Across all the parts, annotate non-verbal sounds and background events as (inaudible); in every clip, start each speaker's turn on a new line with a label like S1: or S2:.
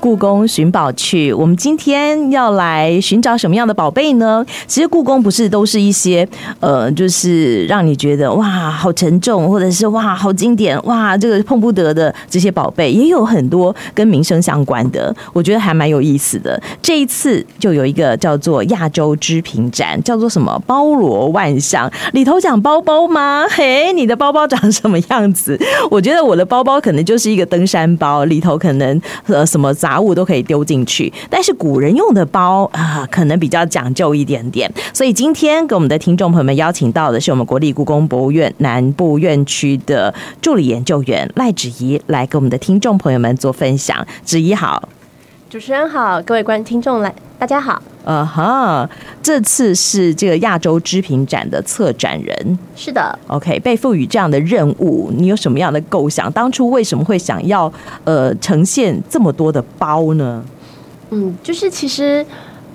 S1: 故宫寻宝去。我们今天要来寻找什么样的宝贝呢？其实故宫不是都是一些呃，就是让你觉得哇好沉重，或者是哇好经典，哇这个碰不得的这些宝贝，也有很多跟民生相关的，我觉得还蛮有意思的。这一次就有一个叫做亚洲织品展，叫做什么包罗万象，里头讲包包吗？嘿，你的包包长什么样子？我觉得我的包包可能就是一个登山包，里头可能呃什么杂物都可以丢进去。但是古人用的包啊、可能比较讲究一点点。所以今天给我们的听众朋友们邀请到的是我们国立故宫博物院南部院区的助理研究员赖芷怡，来给我们的听众朋友们做分享。芷怡好，
S2: 主持人好，各位观听众来，大家好，
S1: 呃哈，这次是这个亚洲织品展的策展人
S2: 是的，
S1: ，OK，被赋予这样的任务，你有什么样的构想？当初为什么会想要呃呈现这么多的包呢？
S2: 嗯，就是其实。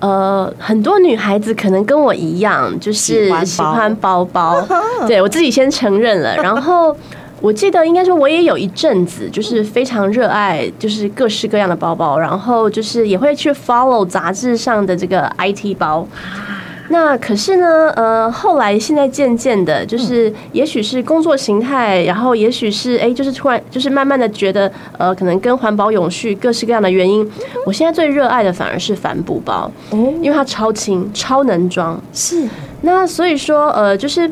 S2: 呃，很多女孩子可能跟我一样，就是
S1: 喜欢包
S2: 喜欢包
S1: (laughs)
S2: 包。对我自己先承认了，然后我记得应该说，我也有一阵子就是非常热爱，就是各式各样的包包，然后就是也会去 follow 杂志上的这个 IT 包。那可是呢，呃，后来现在渐渐的，就是
S1: 嗯
S2: 也许是工作形态，然后也许是哎，就是突然就是慢慢的觉得，呃，可能跟环保、永续各式各样的原因，我现在最热爱的反而是帆布包，因为它超轻、超能装。
S1: 是
S2: 那所以说，呃，就是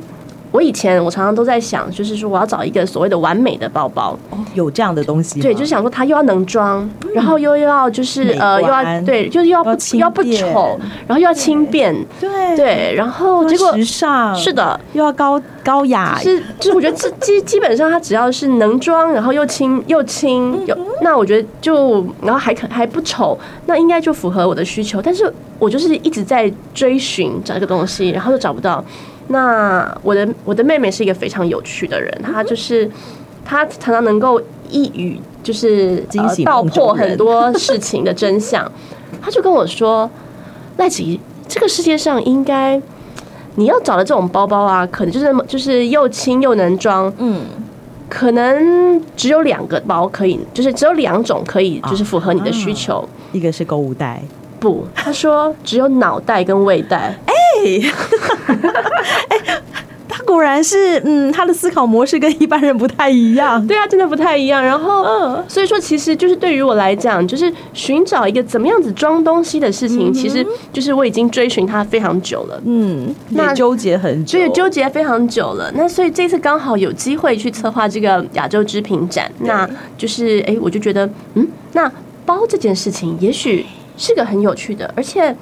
S2: 我以前我常常都在想，就是说我要找一个所谓的完美的包包，
S1: 有这样的东西吗，
S2: 对，就是想说它又要能装，然后又要就是
S1: 嗯
S2: 呃
S1: 美
S2: 又
S1: 观
S2: 要对，就是又要不
S1: 要轻
S2: 又要不
S1: 便
S2: 丑，然后又要轻便，
S1: 对
S2: 对，然后结
S1: 结
S2: 果
S1: 果时尚
S2: 是的。
S1: 又要高高雅，
S2: 是，就是我觉得这基基本上它只要是能装，然后又轻又轻，有那我觉得就然后还可还不丑，那应该就符合我的需求。但是我就是一直在追寻找这个东西，然后就找不到。那我的我的妹妹是一个非常有趣的人，她就是她常常能够一语就是
S1: 惊
S2: 呃
S1: 醒
S2: 道
S1: 梦中
S2: 破很
S1: 人
S2: 多事情的
S1: (laughs)
S2: 真相。她就跟我说：“赖吉，这个世界上应该你要找的这种包包啊，可能就是那么就是又轻又能装，
S1: 嗯，
S2: 可能只有两个包可以，就是只有两种可以，
S1: 啊
S2: 就是符合你的需求。
S1: 一个是购物袋，
S2: 不，他说只有脑袋跟胃袋。
S1: 哎他果然是嗯，他的思考模式跟一般人不太一样。
S2: 对啊，真的不太一样。然后，
S1: 嗯
S2: 所以说，其实就是对于我来讲，就是寻找一个怎么样子装东西的事情，其实就是我已经追寻它非常久了。
S1: 嗯，
S2: 那
S1: 也纠结很久，
S2: 所以纠结非常久了。那所以这次刚好有机会去策划这个亚洲织品展，那就是哎、诶我就觉得，嗯，那包这件事情也许是个很有趣的，而且。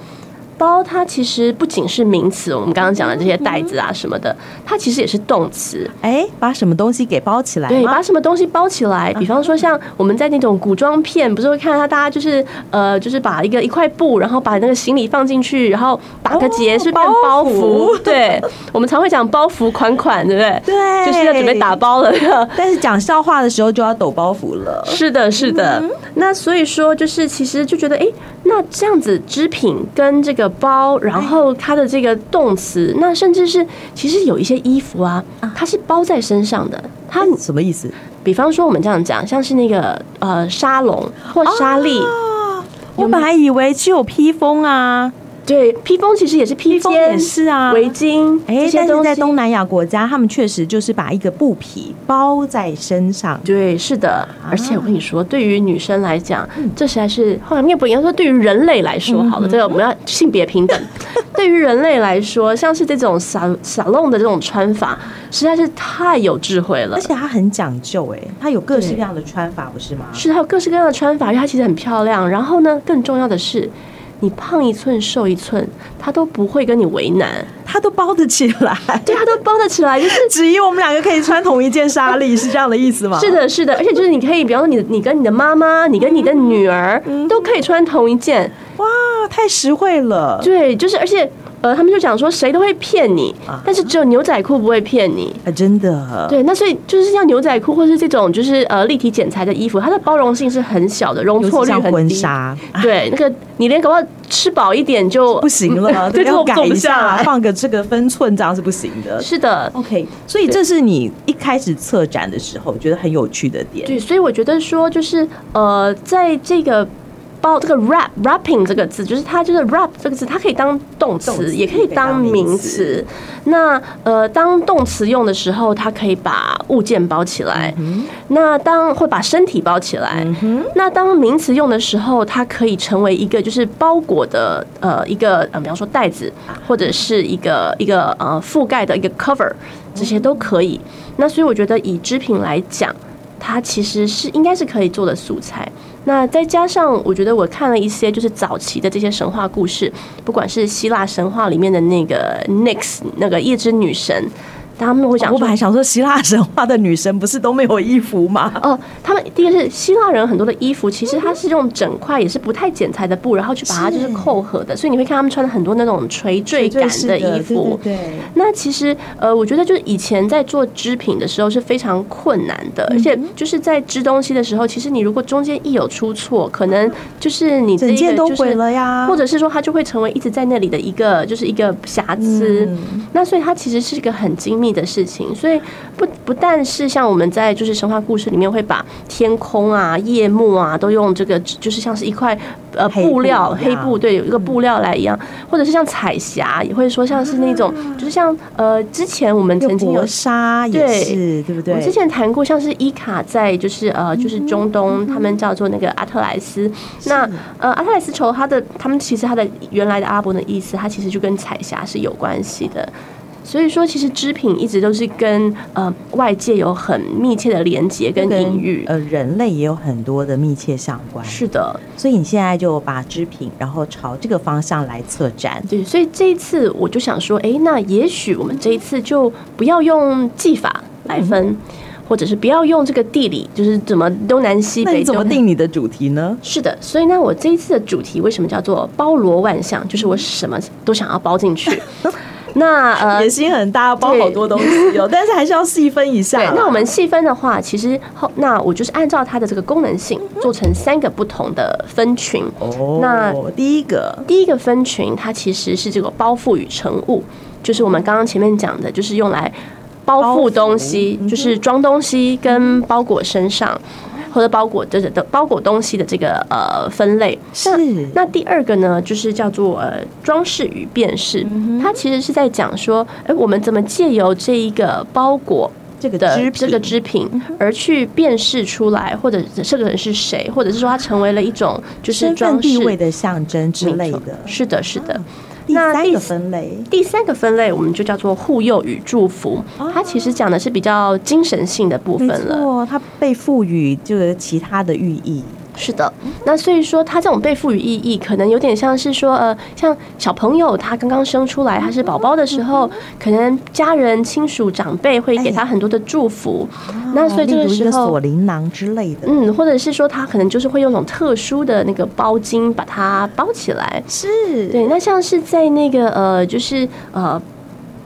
S2: 包它其实不仅是名词，我们刚刚讲的这些袋子啊什么的，它其实也是动词。
S1: 哎，把什么东西给包起来
S2: 对，
S1: 吗？嗯
S2: 把什么东西包起来，比方说像我们在那种古装片，不是会看到大家就是呃，就是把一个一块布，然后把那个行李放进去，然后打个结，
S1: 哦
S2: 是变包
S1: 包袱
S2: 袱。对，我们常会讲包袱款款，对不对？
S1: (laughs) 对
S2: 就是要准备打包了。
S1: (laughs) 但是讲笑话的时候就要抖包袱了。
S2: 是的，是
S1: 嗯
S2: 的。那所以说，就是其实就觉得，哎、那这样子织品跟这个包，然后它的这个动词，那甚至是其实有一些衣服啊，它是包在身上的，它
S1: 哎什么意思？
S2: 比方说，我们这样讲，像是那个呃沙
S1: 哦
S2: 龙或沙粒，
S1: 啊我本来以为只有披风啊，
S2: 对，披风其实也是披
S1: 披风
S2: 肩，
S1: 也是啊，
S2: 围巾
S1: 哎
S2: 这，
S1: 但
S2: 些
S1: 是
S2: 东
S1: 在
S2: 西。
S1: 东南亚国家，他们确实就是把一个布匹包在身上，
S2: 对，是的，
S1: 啊
S2: 而且我跟你说，对于女生来讲，
S1: 嗯
S2: 这实在是后来面不应该说，对于人类来说，好了，这个我们要性别
S1: (laughs)
S2: 平等。对于人类来说，像是这种撒撒弄的这种穿法，实在是太有智慧了
S1: 而。且它很讲究，哎，它有各式各样的穿法，不是吗？
S2: 是，还有各式各样的穿法，因为它其实很漂亮。然后呢，更重要的是，你胖一寸瘦一寸，它都不会跟你为难。
S1: 它都包得起来。 (laughs)
S2: 对，它都包得起来，就是
S1: 只因我们两个可以穿同一件纱丽，是这样的意思吗？
S2: 是，的，是的，而且就是你可以，比方说你的你跟你的妈妈，你跟你的女儿
S1: 嗯
S2: 都可以穿同一件，
S1: 哇，太实惠了。
S2: 对，就是而且呃，他们就讲说谁都会骗你
S1: 啊，
S2: 但是只有牛仔裤不会骗你。
S1: 啊，真的，
S2: 对，那所以就是像牛仔裤或是这种就是呃立体剪裁的衣服，它的包容性是很小的，容
S1: 尤
S2: 错
S1: 其
S2: 率
S1: 像
S2: 很低。
S1: 婚纱， (laughs) 啊
S2: 对，那个你连搞不好吃饱一点就
S1: 不行 (laughs) 了，
S2: 对，
S1: 这个要
S2: 就
S1: 改
S2: 做不
S1: 一
S2: 下
S1: 下，
S2: 来。
S1: 放个这个分寸，这样是不行的。
S2: 是的，
S1: OK，所以这是你一开始策展的时候觉得很有趣的点。
S2: 对，所以我觉得说就是呃，在这个包这个 rap rapping 这个字，就是它就是 rap 这个字，它可以当
S3: 动
S2: 动词，
S3: 词
S2: 也可以当名词。那呃，当动词用的时候，它可以把物件包起来；那当会把身体包起来；那当名词用的时候，它可以成为一个就是包裹的呃一个呃，比方说袋子，或者是一个一个呃覆盖的一个 cover，这些都可以。那所以我觉得以织品来讲，它其实是应该是可以做的素材。那再加上，我觉得我看了一些就是早期的这些神话故事，不管是希腊神话里面的那个 Nyx 那个夜之女神，他们会讲
S1: 我本
S2: 说
S1: 来想说，希腊神话的女神不是都没有衣服吗？
S2: (laughs) 哦，他们第一个是希腊人很多的衣服，其实它是用整块也是不太剪裁的布，然后去把它就是扣合的，所以你会看他们穿的很多那种垂坠感
S3: 是
S2: 的衣服。
S3: 对对对
S2: 那其实，呃，我觉得就是以前在做织品的时候是非常困难的，而且就是在织东西的时候，其实你如果中间一有出错，可能就是你这一
S1: 整件
S2: 个
S1: 都
S2: 就是
S1: 毁了呀
S2: 或者是说它就会成为一直在那里的一个就是一个瑕疵。
S1: 嗯
S2: 那所以它其实是一个很精密的事情，所以不不但是像我们在就是神话故事里面会把天空啊、夜幕啊都用这个就是像是一块呃
S1: 黑布
S2: 布料
S1: 一样
S2: 黑布对，有一个布料来一样，或者是像彩霞，也会说像是那种，
S1: 啊
S2: 就是像呃，之前我们
S1: 就
S2: 曾经有
S1: 薄。纱也
S2: 对
S1: 是，对不对？嗯
S2: 我之前谈过，像是伊卡在就是呃就是中东，他们叫做那个阿特莱斯。那呃阿特莱斯球，它的他们其实它的原来的阿拉伯的意思，它其实就跟彩霞是有关系的。所以说，其实织品一直都是跟呃外界有很密切的连接跟
S1: 跟
S2: 隐喻。
S1: 呃人类也有很多的密切相关，
S2: 是的，
S1: 所以你现在就把织品，然后朝这个方向来策展。
S2: 对，所以这一次我就想说，哎，那也许我们这一次就不要用技法来分，
S1: 嗯
S2: 或者是不要用这个地理，就是怎么东南西
S1: 那
S2: 北
S1: 你怎么
S2: 东南
S1: 定你的主题呢？
S2: 是的，所以呢，我这一次的主题为什么叫做包罗万象？就是我什么都想要包
S1: (laughs)
S2: 进去。那呃
S1: 野，心很大，包好多东西
S2: (laughs)
S1: 哦，但是还是要细分一下
S2: 对
S1: 啦。，
S2: 那我们细分的话，其实后那我就是按照它的这个功能性做成三个不同的分群。
S1: 哦，
S2: 那
S1: 第一个
S2: 第一个分群，它其实是这个包覆与盛物，就是我们刚刚前面讲的，就是用来包覆东西，
S1: 嗯
S2: 就是装东西跟包裹身上。或者包裹这的包裹东西的这个呃分类
S1: 是
S2: 那那第二个呢，就是叫做呃装饰与辨识，
S1: 嗯
S2: 它其实是在讲说，哎、我们怎么借由这一个包裹
S1: 这个
S2: 的
S1: 织品嗯
S2: 这个织品，而去辨识出来，或者这个人是谁，或者是说他成为了一种就是
S1: 身份
S2: 装饰
S1: 地位的象征之类
S2: 没
S1: 的嗯
S2: 错。是的，是的。
S1: 第
S2: 那
S1: 三
S2: 第
S1: 个
S2: 四
S1: 分类
S2: 第三个分类我们就叫做护佑与祝福，它其实讲的是比较精神性的部分
S1: 哦没
S2: 了。
S1: 错，它被赋予就是其他的寓意。
S2: 是的，那所以说它这种被赋予意义，可能有点像是说，呃，像小朋友他刚刚生出来，他是宝宝的时
S1: 嗯
S2: 候，可能家人、亲属、长辈会给他很多的祝福。那所以这
S1: 哎哦啊例
S2: 个
S1: 如一
S2: 时
S1: 个锁
S2: 候，
S1: 麟囊之类的，
S2: 嗯，或者是说他可能就是会用那种特殊的那个包巾把它包起来。
S1: 是
S2: 对，那像是在那个呃，就是呃。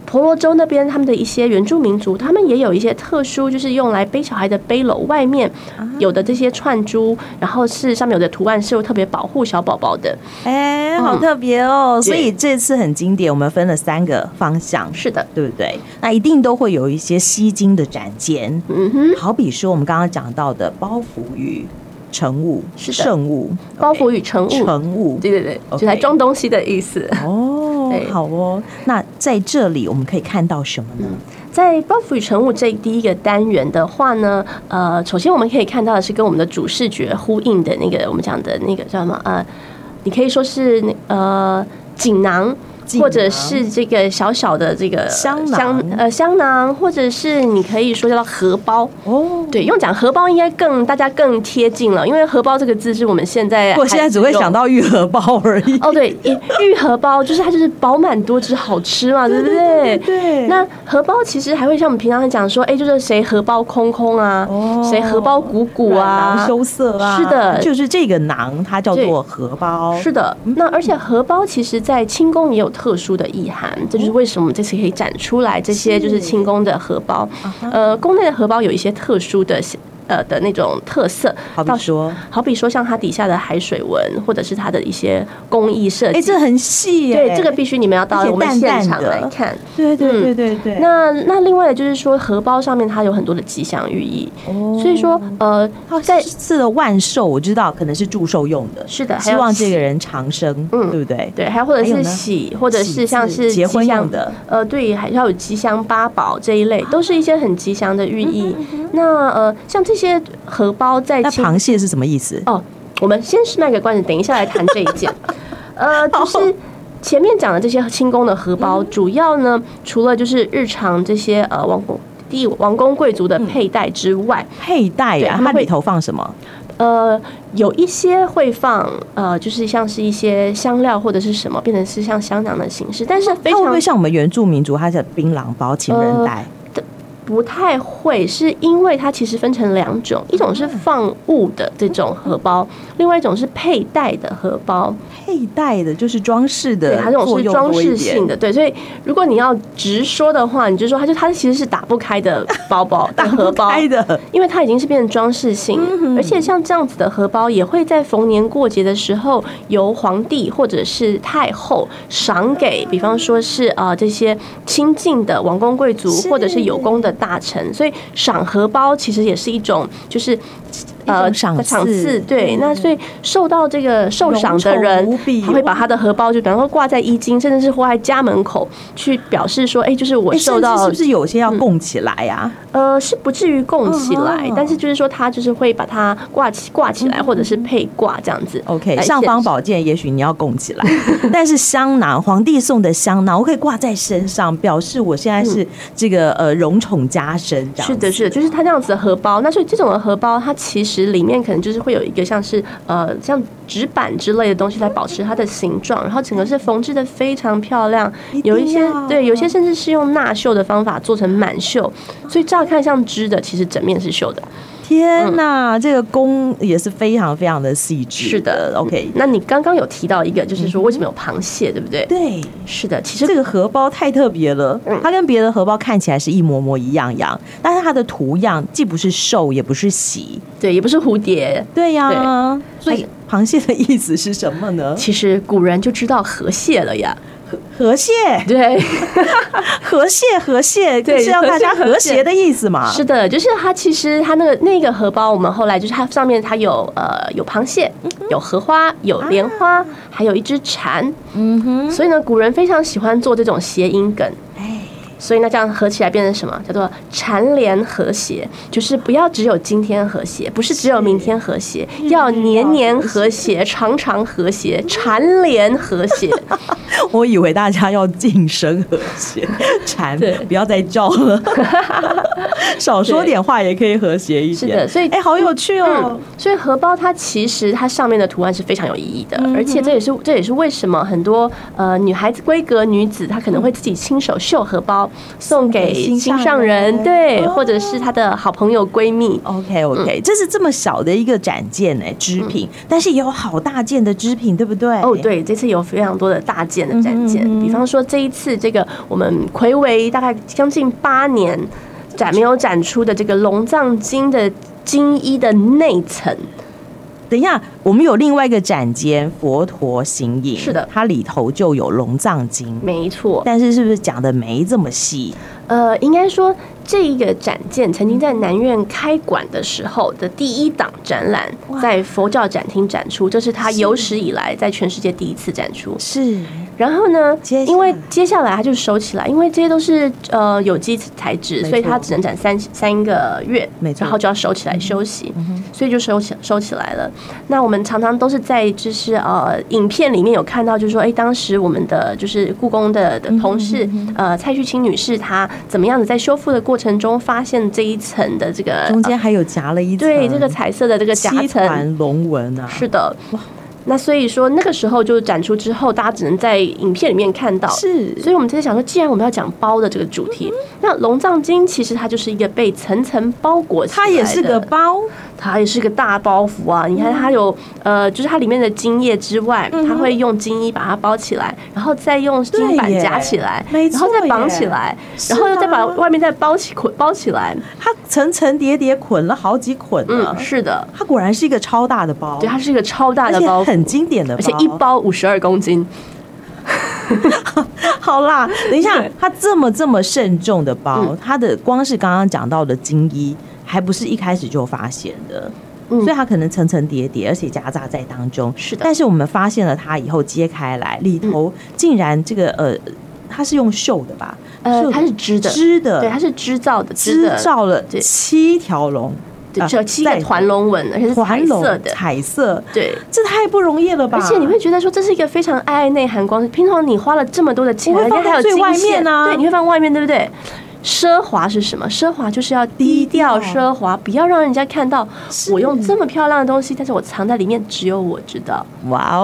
S2: 婆罗洲那边，他们的一些原住民族，他们也有一些特殊，就是用来背小孩的背篓，外面有的这些串珠，然后是上面有的图案是有特别保护小宝宝的。
S1: 哎，好
S2: 嗯
S1: 特别哦！所以这次很经典，我们分了三个方向，
S2: 是的，
S1: 对不对？那一定都会有一些吸睛的展件，
S2: 嗯哼，
S1: 好比说我们刚刚讲到的包袱与乘物、
S2: 是的
S1: 圣物、
S2: 包袱与乘务，
S1: 乘物。
S2: 对对对，
S1: OK
S2: 就来装东西的意思。
S1: 哦
S2: 对，
S1: 好哦。那在这里我们可以看到什么呢？
S2: 在包袱与乘务这第一个单元的话呢，呃，首先我们可以看到的是跟我们的主视觉呼应的那个我们讲的那个叫什么呃，你可以说是那呃锦囊。
S1: 锦
S2: 或者
S1: 囊
S2: 是这个小小的这个
S1: 香囊
S2: 呃香囊，或者是你可以说叫做荷包，
S1: 哦，
S2: 对，用讲荷包应该更大家更贴近了，因为荷包这个字是我们现在
S1: (laughs) 我现在只会
S2: 还
S1: 想到玉荷包而已。
S2: 哦，对，玉玉荷包就是它就是饱满多汁好吃嘛，对不
S1: 对
S2: 对？
S1: 对
S2: 那荷包其实还会像我们平常讲说，哎，就是谁荷包空空啊，
S1: 哦
S2: 谁荷包鼓鼓
S1: 软
S2: 啊
S1: 囊，羞涩啊，
S2: 是的
S1: 就是这个囊，它叫
S2: 对
S1: 做荷包。
S2: 是的，
S1: 嗯
S2: 那而且荷包其实，在清宫也有特殊的意涵，这就是为什么这次可
S1: 啊
S2: 以展出来这些就是清宫的荷包。呃，宫内的荷包有一些特殊的呃的那种特色。
S1: 好比
S2: 到
S1: 说，
S2: 好比说像它底下的海水纹，或者是它的一些工艺设
S1: 哎、
S2: 计。
S1: 这很细耶、
S2: 对，这个必须你们要到
S1: 而且
S2: 我们
S1: 淡
S2: 现
S1: 淡
S2: 场
S1: 的
S2: 来看。
S1: 对对
S2: 嗯
S1: 对对对。
S2: 那那另外就是说，荷包上面它有很多的吉祥寓意，
S1: 哦
S2: 所以说呃，
S1: 他
S2: 在
S1: 在赐了万寿，我知道可能是祝寿用的，
S2: 是的还
S1: 希
S2: 有
S1: 望
S2: 喜
S1: 这个人长生，
S2: 嗯
S1: 对不对？
S2: 对，还有或者
S1: 还有
S2: 是
S1: 呢
S2: 喜，或者是像
S1: 喜
S2: 是
S1: 字结婚
S2: 吉祥
S1: 用的，
S2: 呃，对，还要有吉祥八宝这一类，都是一些很吉祥的寓意。
S1: 嗯
S2: 那呃，像这些荷包在
S1: 那
S2: 清
S1: 螃蟹是什么意思？
S2: 哦，我们先是卖个关子，等一下来谈这一件。
S1: (laughs)
S2: 呃，就是前面讲的这些清宫的荷
S1: 嗯
S2: 包，主要呢，除了就是日常这些呃王公帝王公贵族的
S1: 嗯
S2: 佩戴之外，
S1: 佩戴
S2: 对
S1: 呀、
S2: 他
S1: 它
S2: 们会
S1: 里头放什么？
S2: 呃，有一些会放呃，就是像是一些香料或者是什么，变成是像香囊的形式，但是非
S1: 它会不
S2: 常呃
S1: 会像我们原住民族，它是槟榔包、情人带？
S2: 不太会，是因为它其实分成两种，一种是放物的这种荷包，另外一种是佩戴的荷包。
S1: 佩戴的就是装饰的
S2: 对，它这种
S1: 作
S2: 是
S1: 用
S2: 装
S1: 多一
S2: 饰
S1: 点
S2: 性的，对，所以如果你要直说的话，你就说它就它其实是打不开的
S1: (laughs)
S2: 包包、
S1: 打
S2: 的荷包，
S1: 开的，
S2: 因为它已经是变成装饰性，
S1: 嗯
S2: 而且像这样子的荷包也会在逢年过节的时候由皇帝或者是太后赏给，比方说是呃这些亲近的王公贵族
S1: 是
S2: 或者是有功的大臣，所以赏荷包其实也是一种就是。呃
S1: 一种赏赐嗯
S2: 赏赐对，那所以受到这个受赏的
S1: 荣
S2: 人
S1: 宠无比，哦
S2: 他会把他的荷包就比方说挂在衣襟，甚至是挂在家门口，去表示说，哎、就是我
S1: 哎
S2: 受
S1: 甚
S2: 到、嗯
S1: 至是不是有些要供起来呀、
S2: 呃，是不至于供起来，
S1: 哦
S2: 但是就是说它就是会把它挂起挂起来，或者是配挂这样子。
S1: OK，
S2: 来
S1: 尚
S2: 显
S1: 方
S2: 示
S1: 宝剑也许你要供起来，但是香囊，皇帝送的香囊，我可以挂在身上，表示我现在是这个、呃荣宠加身。这样
S2: 嗯是的，
S1: 子
S2: 是的，就是它这样子的荷包。那所以这种的荷包，它其实里面可能就是会有一个像是呃像纸板之类的东西来保持它的形状，然后整个是缝制的非常漂亮
S1: 一。定
S2: 有一些
S1: 要啊
S2: 对，有一些甚至是用纳绣的方法做成满绣，所以乍看像织的，其实整面是绣的。嗯
S1: 天呐，这个宫也是非常非常的细致。
S2: 是的
S1: ，OK，嗯
S2: 那你刚刚有提到一个，就是说为什么有螃蟹，对不对？
S1: 对，
S2: 是的，其实
S1: 这个荷包太特别了，
S2: 嗯
S1: 它跟别的荷包看起来是一模模一样样，但是它的图样既不是寿，也不是喜。
S2: 对，也不是蝴蝶，
S1: 对呀、所
S2: 对哎
S1: 以螃蟹的意思是什么呢？ (laughs)
S2: 其实古人就知道河蟹了呀，
S1: 河蟹，
S2: 对，
S1: 河蟹，河蟹，
S2: 对
S1: 就是要大家和谐的意思嘛。
S2: (laughs) 是的，就是它其实它那个那个荷包，我们后来就是它上面它有呃有螃蟹，有荷花，有莲花，还有一只蝉，
S1: 嗯哼，
S2: 所以呢，古人非常喜欢做这种谐音梗。
S1: 哎，
S2: 所以呢，这样合起来变成什么？叫做蝉联和谐，就是不要只有今天和谐，不是只有明天和谐，要年年和谐，常常和谐，蝉联和谐。
S1: 我以为大家要晋升和谐， (laughs) 蝉
S2: 对
S1: 不要再叫
S2: (laughs)
S1: 了，少说
S2: 对
S1: 点话也可以和谐一点。
S2: 是的所以
S1: 哎，好有趣哦
S2: 嗯。，所以荷包它其实它上面的图案是非常有意义的，
S1: 嗯哼
S2: 而且这也是这也是为什么很多呃女孩子闺阁女子她可能会自己亲手绣荷包送
S1: 给
S2: 给
S1: 心上
S2: 心上人，
S1: 人
S2: 对，
S1: 哦
S2: 或者是她的好朋友闺蜜。
S1: OK
S2: 嗯
S1: OK，、这是这么小的一个展件哎、织品，但是也有好大件的织品，对不对？
S2: 哦，，对，这次有非常多的大件的展件，
S1: 嗯哼嗯哼
S2: 比方说这一次这个我们魁违大概将近八年展没有展出的这个龙藏经的经衣的内层，
S1: 等一下，我们有另外一个展间佛陀行影，
S2: 是的
S1: 它里头就有龙藏经，
S2: 没错，
S1: 但是是不是讲的没这么细？
S2: 呃，应该说这一个展件曾经在南院开馆的时候的第一档展览
S1: 哇，
S2: 在佛教展厅展出，这是它
S1: 是
S2: 有史以来在全世界第一次展出。
S1: 是
S2: 然后呢
S1: 接下来，
S2: 因为接下来它就收起来，因为这些都是呃有机材质，
S1: 没
S2: 所以
S1: 错
S2: 它只能展三三个月，
S1: 没错嗯
S2: 然后就要收起来休息，所以就收起收起来了。那我们常常都是在就是呃影片里面有看到，就是说，哎，当时我们的就是故宫的的同
S1: 嗯
S2: 事呃蔡旭清女士，她怎么样子在修复的过程中发现这一层的这个
S1: 中
S2: 呃
S1: 间还有夹了一层、
S2: 对这个彩色的这个夹
S1: 七
S2: 层，
S1: 团龙纹啊，
S2: 是的。那所以说，那个时候就展出之后，大家只能在影片里面看到。
S1: 是
S2: 所以我们在想说，既然我们要讲包的这个主题，那龙藏经其实它就是一个被层层包裹起来
S1: 它也是个
S2: 的
S1: 包，
S2: 它也是个大包袱啊。你看它有呃，就是它里面的精液之外，
S1: 嗯
S2: 它会用精衣把它包起来，然后再用金板
S1: 对耶
S2: 夹起来，
S1: 没
S2: 然后再
S1: 错耶
S2: 绑起来，
S1: 是
S2: 然后又再把
S1: 啊
S2: 外面再包起捆包起来。
S1: 它层层叠叠捆了好几捆呢
S2: 嗯，。是的，
S1: 它果然是一个超大的包，
S2: 对，它是一个超大
S1: 而
S2: 的
S1: 且
S2: 包
S1: 很
S2: 袱，
S1: 经典的
S2: 而
S1: 包，
S2: 且一包五十二公斤。
S1: 好
S2: (laughs)
S1: 啦，等一下
S2: 对，
S1: 它这么这么慎重的包
S2: 嗯，
S1: 它的光是刚刚讲到的精衣，还不是一开始就发现的，
S2: 嗯
S1: 所以它可能层层叠叠，而且夹杂在当中。
S2: 是的嗯
S1: 但是我们发现了它以后，揭开来里头竟然这个呃，它是用绣的吧？
S2: 呃
S1: 绣，
S2: 它是织的，
S1: 织的，
S2: 对，它是织造的，织
S1: 织
S2: 的，
S1: 造了
S2: 对
S1: 七条龙，
S2: 对，
S1: 啊
S2: 只有七个
S1: 在
S2: 团龙纹，而且是彩
S1: 环龙
S2: 色的，
S1: 彩色，
S2: 对。
S1: 这太不容易了吧？
S2: 而且你会觉得说这是一个非常爱内涵光，平常你花了这么多的钱，
S1: 我会
S2: 而且
S1: 放在
S2: 还有
S1: 最
S2: 金
S1: 外
S2: 线
S1: 面啊
S2: 对，你会放外面，对不对？奢华是什么？奢华就是要低调
S1: 低
S2: 奢
S1: 调
S2: 华，不要让人家看到我用这么漂亮的东西，但是我藏在里面，只有我知道。
S1: 哇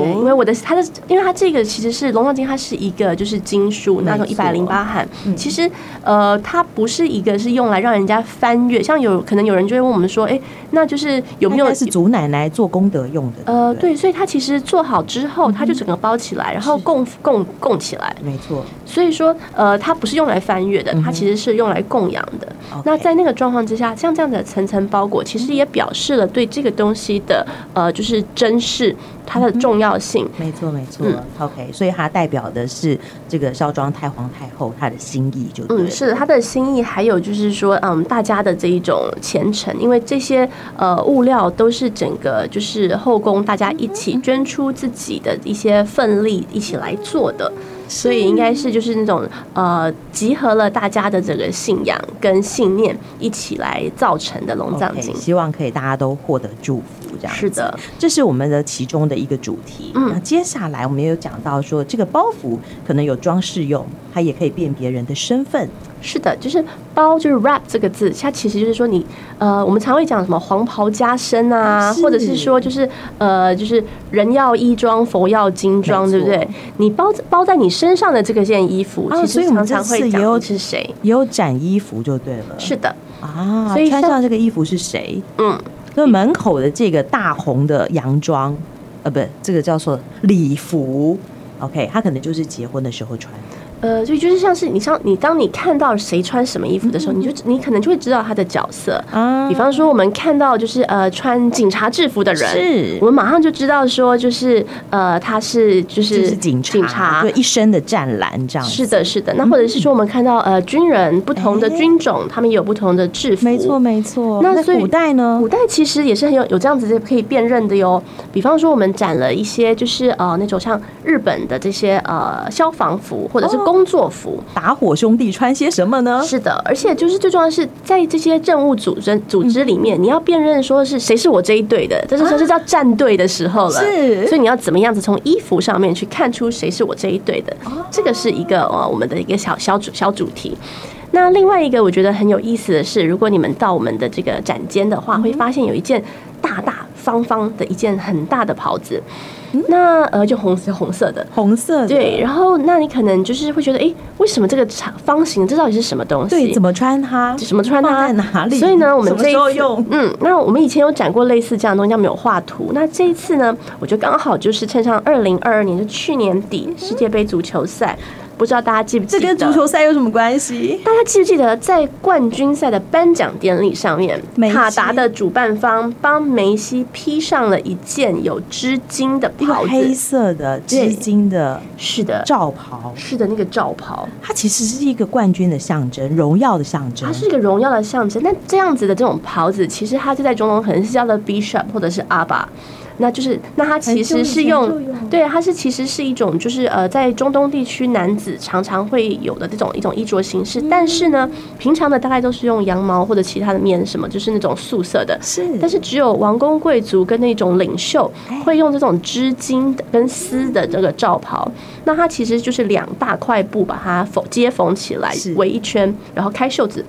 S2: 对，因为
S1: 哦，
S2: 我的它的，因为它这个其实是龙藏经，它是一个就是金属，那种一
S1: 没
S2: 百
S1: 错嗯
S2: 零八函。其实呃，它不是一个是用来让人家翻阅，像有可能有人就会问我们说，哎，那就是有
S1: 有
S2: 没有
S1: 是祖奶奶做功德用的？
S2: 呃，
S1: 不，
S2: 对，所以它其实做好之后，它就整个包起来，然后供供供起来。
S1: 没错，
S2: 所以说，呃，它不是用来翻阅的，它其实是用来供养的。
S1: OK
S2: 那在那个状况之下，像这样的层层包裹，其实也表示了对这个东西的呃，就是珍视它的重要性。
S1: 没错，没错。
S2: 嗯
S1: OK，所以它代表的是这个少庄太皇太后她的心意，就对了。
S2: 嗯，是的，他的心意，还有就是说，嗯，大家的这一种虔诚，因为这些呃物料都是整个就是后宫大家一
S1: 嗯
S2: 起捐出自己的一些奋力一起来做的，所以应该是就是那种呃集合了大家的这个信仰跟信念一起来造成的龙
S1: OK，
S2: 藏经。
S1: 希望可以大家都获得祝福，这样子
S2: 是的，
S1: 这是我们的其中的一个主题。
S2: 嗯
S1: 那接下来我们也有讲到说，这个包袱可能有装饰用，它也可以辨别人的身份。
S2: 是的，就是包，就是 wrap 这个字，它其实就是说你，呃，我们常会讲什么黄袍加身啊，
S1: 是
S2: 或者是说就是呃，就是人要衣装，佛要金装，
S1: 没
S2: 对
S1: 错
S2: 不对？你包包在你身上的这个件衣服，
S1: 啊
S2: 其
S1: 所以
S2: 实
S1: 我们
S2: 常常
S1: 这次
S2: 会
S1: 也
S2: 讲
S1: 有嗯
S2: 你是谁。
S1: 也有展衣服就对了，
S2: 是的，
S1: 啊，
S2: 所以像
S1: 穿上这个衣服是谁？
S2: 嗯，
S1: 所以门口的这个大红的洋装，呃，不，这个叫做礼服，OK，它可能就是结婚的时候穿的。
S2: 呃，所以就是像是你像你，当你看到谁穿什么衣服的
S1: 嗯
S2: 时候，你就你可能就会知道他的角色。
S1: 啊
S2: 比方说，我们看到就是呃穿警察制服的人，
S1: 是
S2: 我们马上就知道说就是呃他是就是
S1: 就是警察，
S2: 警察
S1: 就一身的湛蓝这样子。
S2: 是的，是的。那或者是说，我们看到呃，军人不同的
S1: 哎
S2: 军种，他们也有不同的制服。
S1: 没错，没错。
S2: 那
S1: 那
S2: 所以
S1: 古代呢
S2: 古？代其实也是很有有这样子的可以辨认的哟。比方说，我们展了一些就是呃那种像日本的这些呃消防服或者是
S1: 哦
S2: 工作服。
S1: 打火兄弟穿些什么呢？
S2: 是的，而且就是最重要的是，在这些政务组织组织里面，你要辨认说是谁是我这一队的，这是这是叫战队的时候了。
S1: 是
S2: 所以你要怎么样子从衣服上面去看出谁是我这一队的？这个是一个呃我们的一个小小主小主题。那另外一个我觉得很有意思的是，如果你们到我们的这个展间的话，会发现有一件大大方方的一件很大的袍子，那呃就红色红色的，
S1: 红色的。
S2: 对，然后那你可能就是会觉得，哎，为什么这个长方形这到底是什么东西？
S1: 对，怎
S2: 么
S1: 么穿它？
S2: 怎么穿它
S1: 放在哪里？
S2: 所以呢，我们
S1: 什
S2: 这
S1: 么
S2: 一
S1: 时候
S2: 次
S1: 用？
S2: 嗯，那我们以前有展过类似这样的东西，叫没有画图。那这一次呢，我就刚好就是趁上二零二二年，就去年底世界杯足球赛，不知道大家记不记
S1: 这
S2: 得？
S1: 跟足球赛有什么关系？
S2: 大家记不记得，在冠军赛的颁奖典礼上面
S1: 梅，西
S2: 卡达的主办方帮梅西披上了一件有织巾的
S1: 一个
S2: 袍
S1: 黑
S2: 子。
S1: 色的织
S2: 对
S1: 巾的
S2: 是的，
S1: 罩袍，
S2: 是的，那个罩袍。
S1: 它其实是一个冠军的象征，荣耀的象征
S2: 它。是一个荣耀的象征。那这样子的这种袍子，其实它就在中东可能是叫做 bishop 或者是阿爸。那就是，那它其实是用
S1: 很久以前就有，
S2: 对，它是其实是一种，就是呃，在中东地区男子常常会有的这种一种衣着形式。但是呢，
S1: 嗯
S2: 平常的大概都是用羊毛或者其他的面什么，就是那种素色的。
S1: 是，
S2: 但是只有王公贵族跟那种领袖
S1: 哎
S2: 会用这种织巾的跟丝的这个罩袍，那它其实就是两大块布把它缝接缝起来
S1: 是
S2: 围一圈，然后开袖子。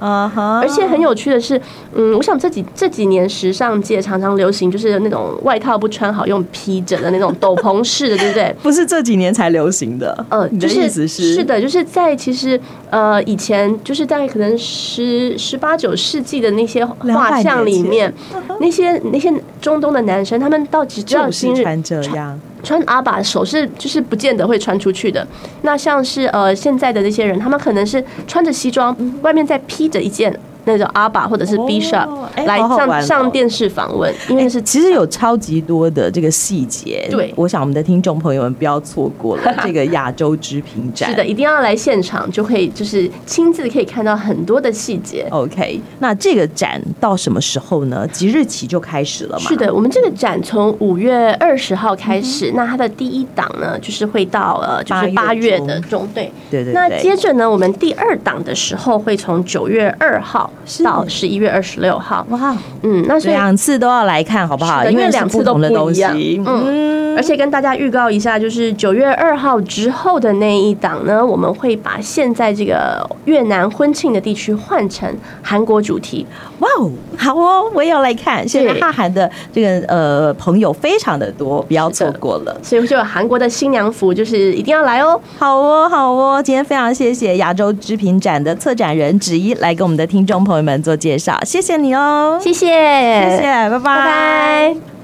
S1: 啊哈，
S2: 而且很有趣的是，嗯，我想这几这几年时尚界常常流行就是那种外套不穿好用披着的那种斗篷式的，对不对？
S1: 不是这几年才流行的，
S2: 呃，
S1: 你
S2: 就
S1: 的意
S2: 是
S1: 思是
S2: 的，就是在其实呃以前就是大概可能十十八九世纪的那些画像里面，那些那些中东的男生，他们到底只要
S1: 就
S2: 今
S1: 是
S2: 日
S1: 穿这样，哎
S2: 穿阿爸手是就是不见得会穿出去的。那像是呃现在的那些人，他们可能是穿着西装，
S1: 嗯
S2: 外面再披着一件那种阿爸或者是 B shop、
S1: 哎
S2: 来
S1: 好好
S2: 上、
S1: 玩哦哎
S2: 上电视访问，因为那是、
S1: 其实有超级多的这个细节，
S2: 对
S1: 我想我们的听众朋友们不要错过了
S2: (laughs)
S1: 这个亚洲之平展。
S2: 是的，一定要来现场就可以就是亲自可以看到很多的细节。
S1: ，OK，那这个展到什么时候呢？即日起就开始了嘛？
S2: 是，的，我们这个展从五月二十号开始，那它的第一档呢，就是会到呃，就是
S1: 嗯八
S2: 八
S1: 月
S2: 月
S1: 中
S2: 的中对。
S1: 对对对。
S2: 那接着呢，我们第二档的时候会从九月二号
S1: 是
S2: 到十一月二十六号。
S1: 哇，
S2: 嗯，那所以
S1: 两次都要来看好不好？
S2: 是的
S1: 因为
S2: 因为
S1: 是
S2: 两次
S1: 不
S2: 都
S1: 同的
S2: 不
S1: 东
S2: 一样
S1: 西，嗯，
S2: 而且跟大家预告一下，就是九月二号之后的那一档呢，我们会把现在这个越南婚庆的地区换成韩国主题。
S1: 哇哦，好哦，我也要来看。现在
S2: 对
S1: 哈韩的这个呃朋友非常的多，不要错过了。
S2: 所以就有韩国的新娘服，就是一定要来哦。
S1: 好哦，好哦，今天非常谢谢亚洲织品展的策展人芷一来给我们的听众朋友们做介绍，谢谢你哦，
S2: 谢谢，
S1: 谢谢，拜拜
S2: 拜拜。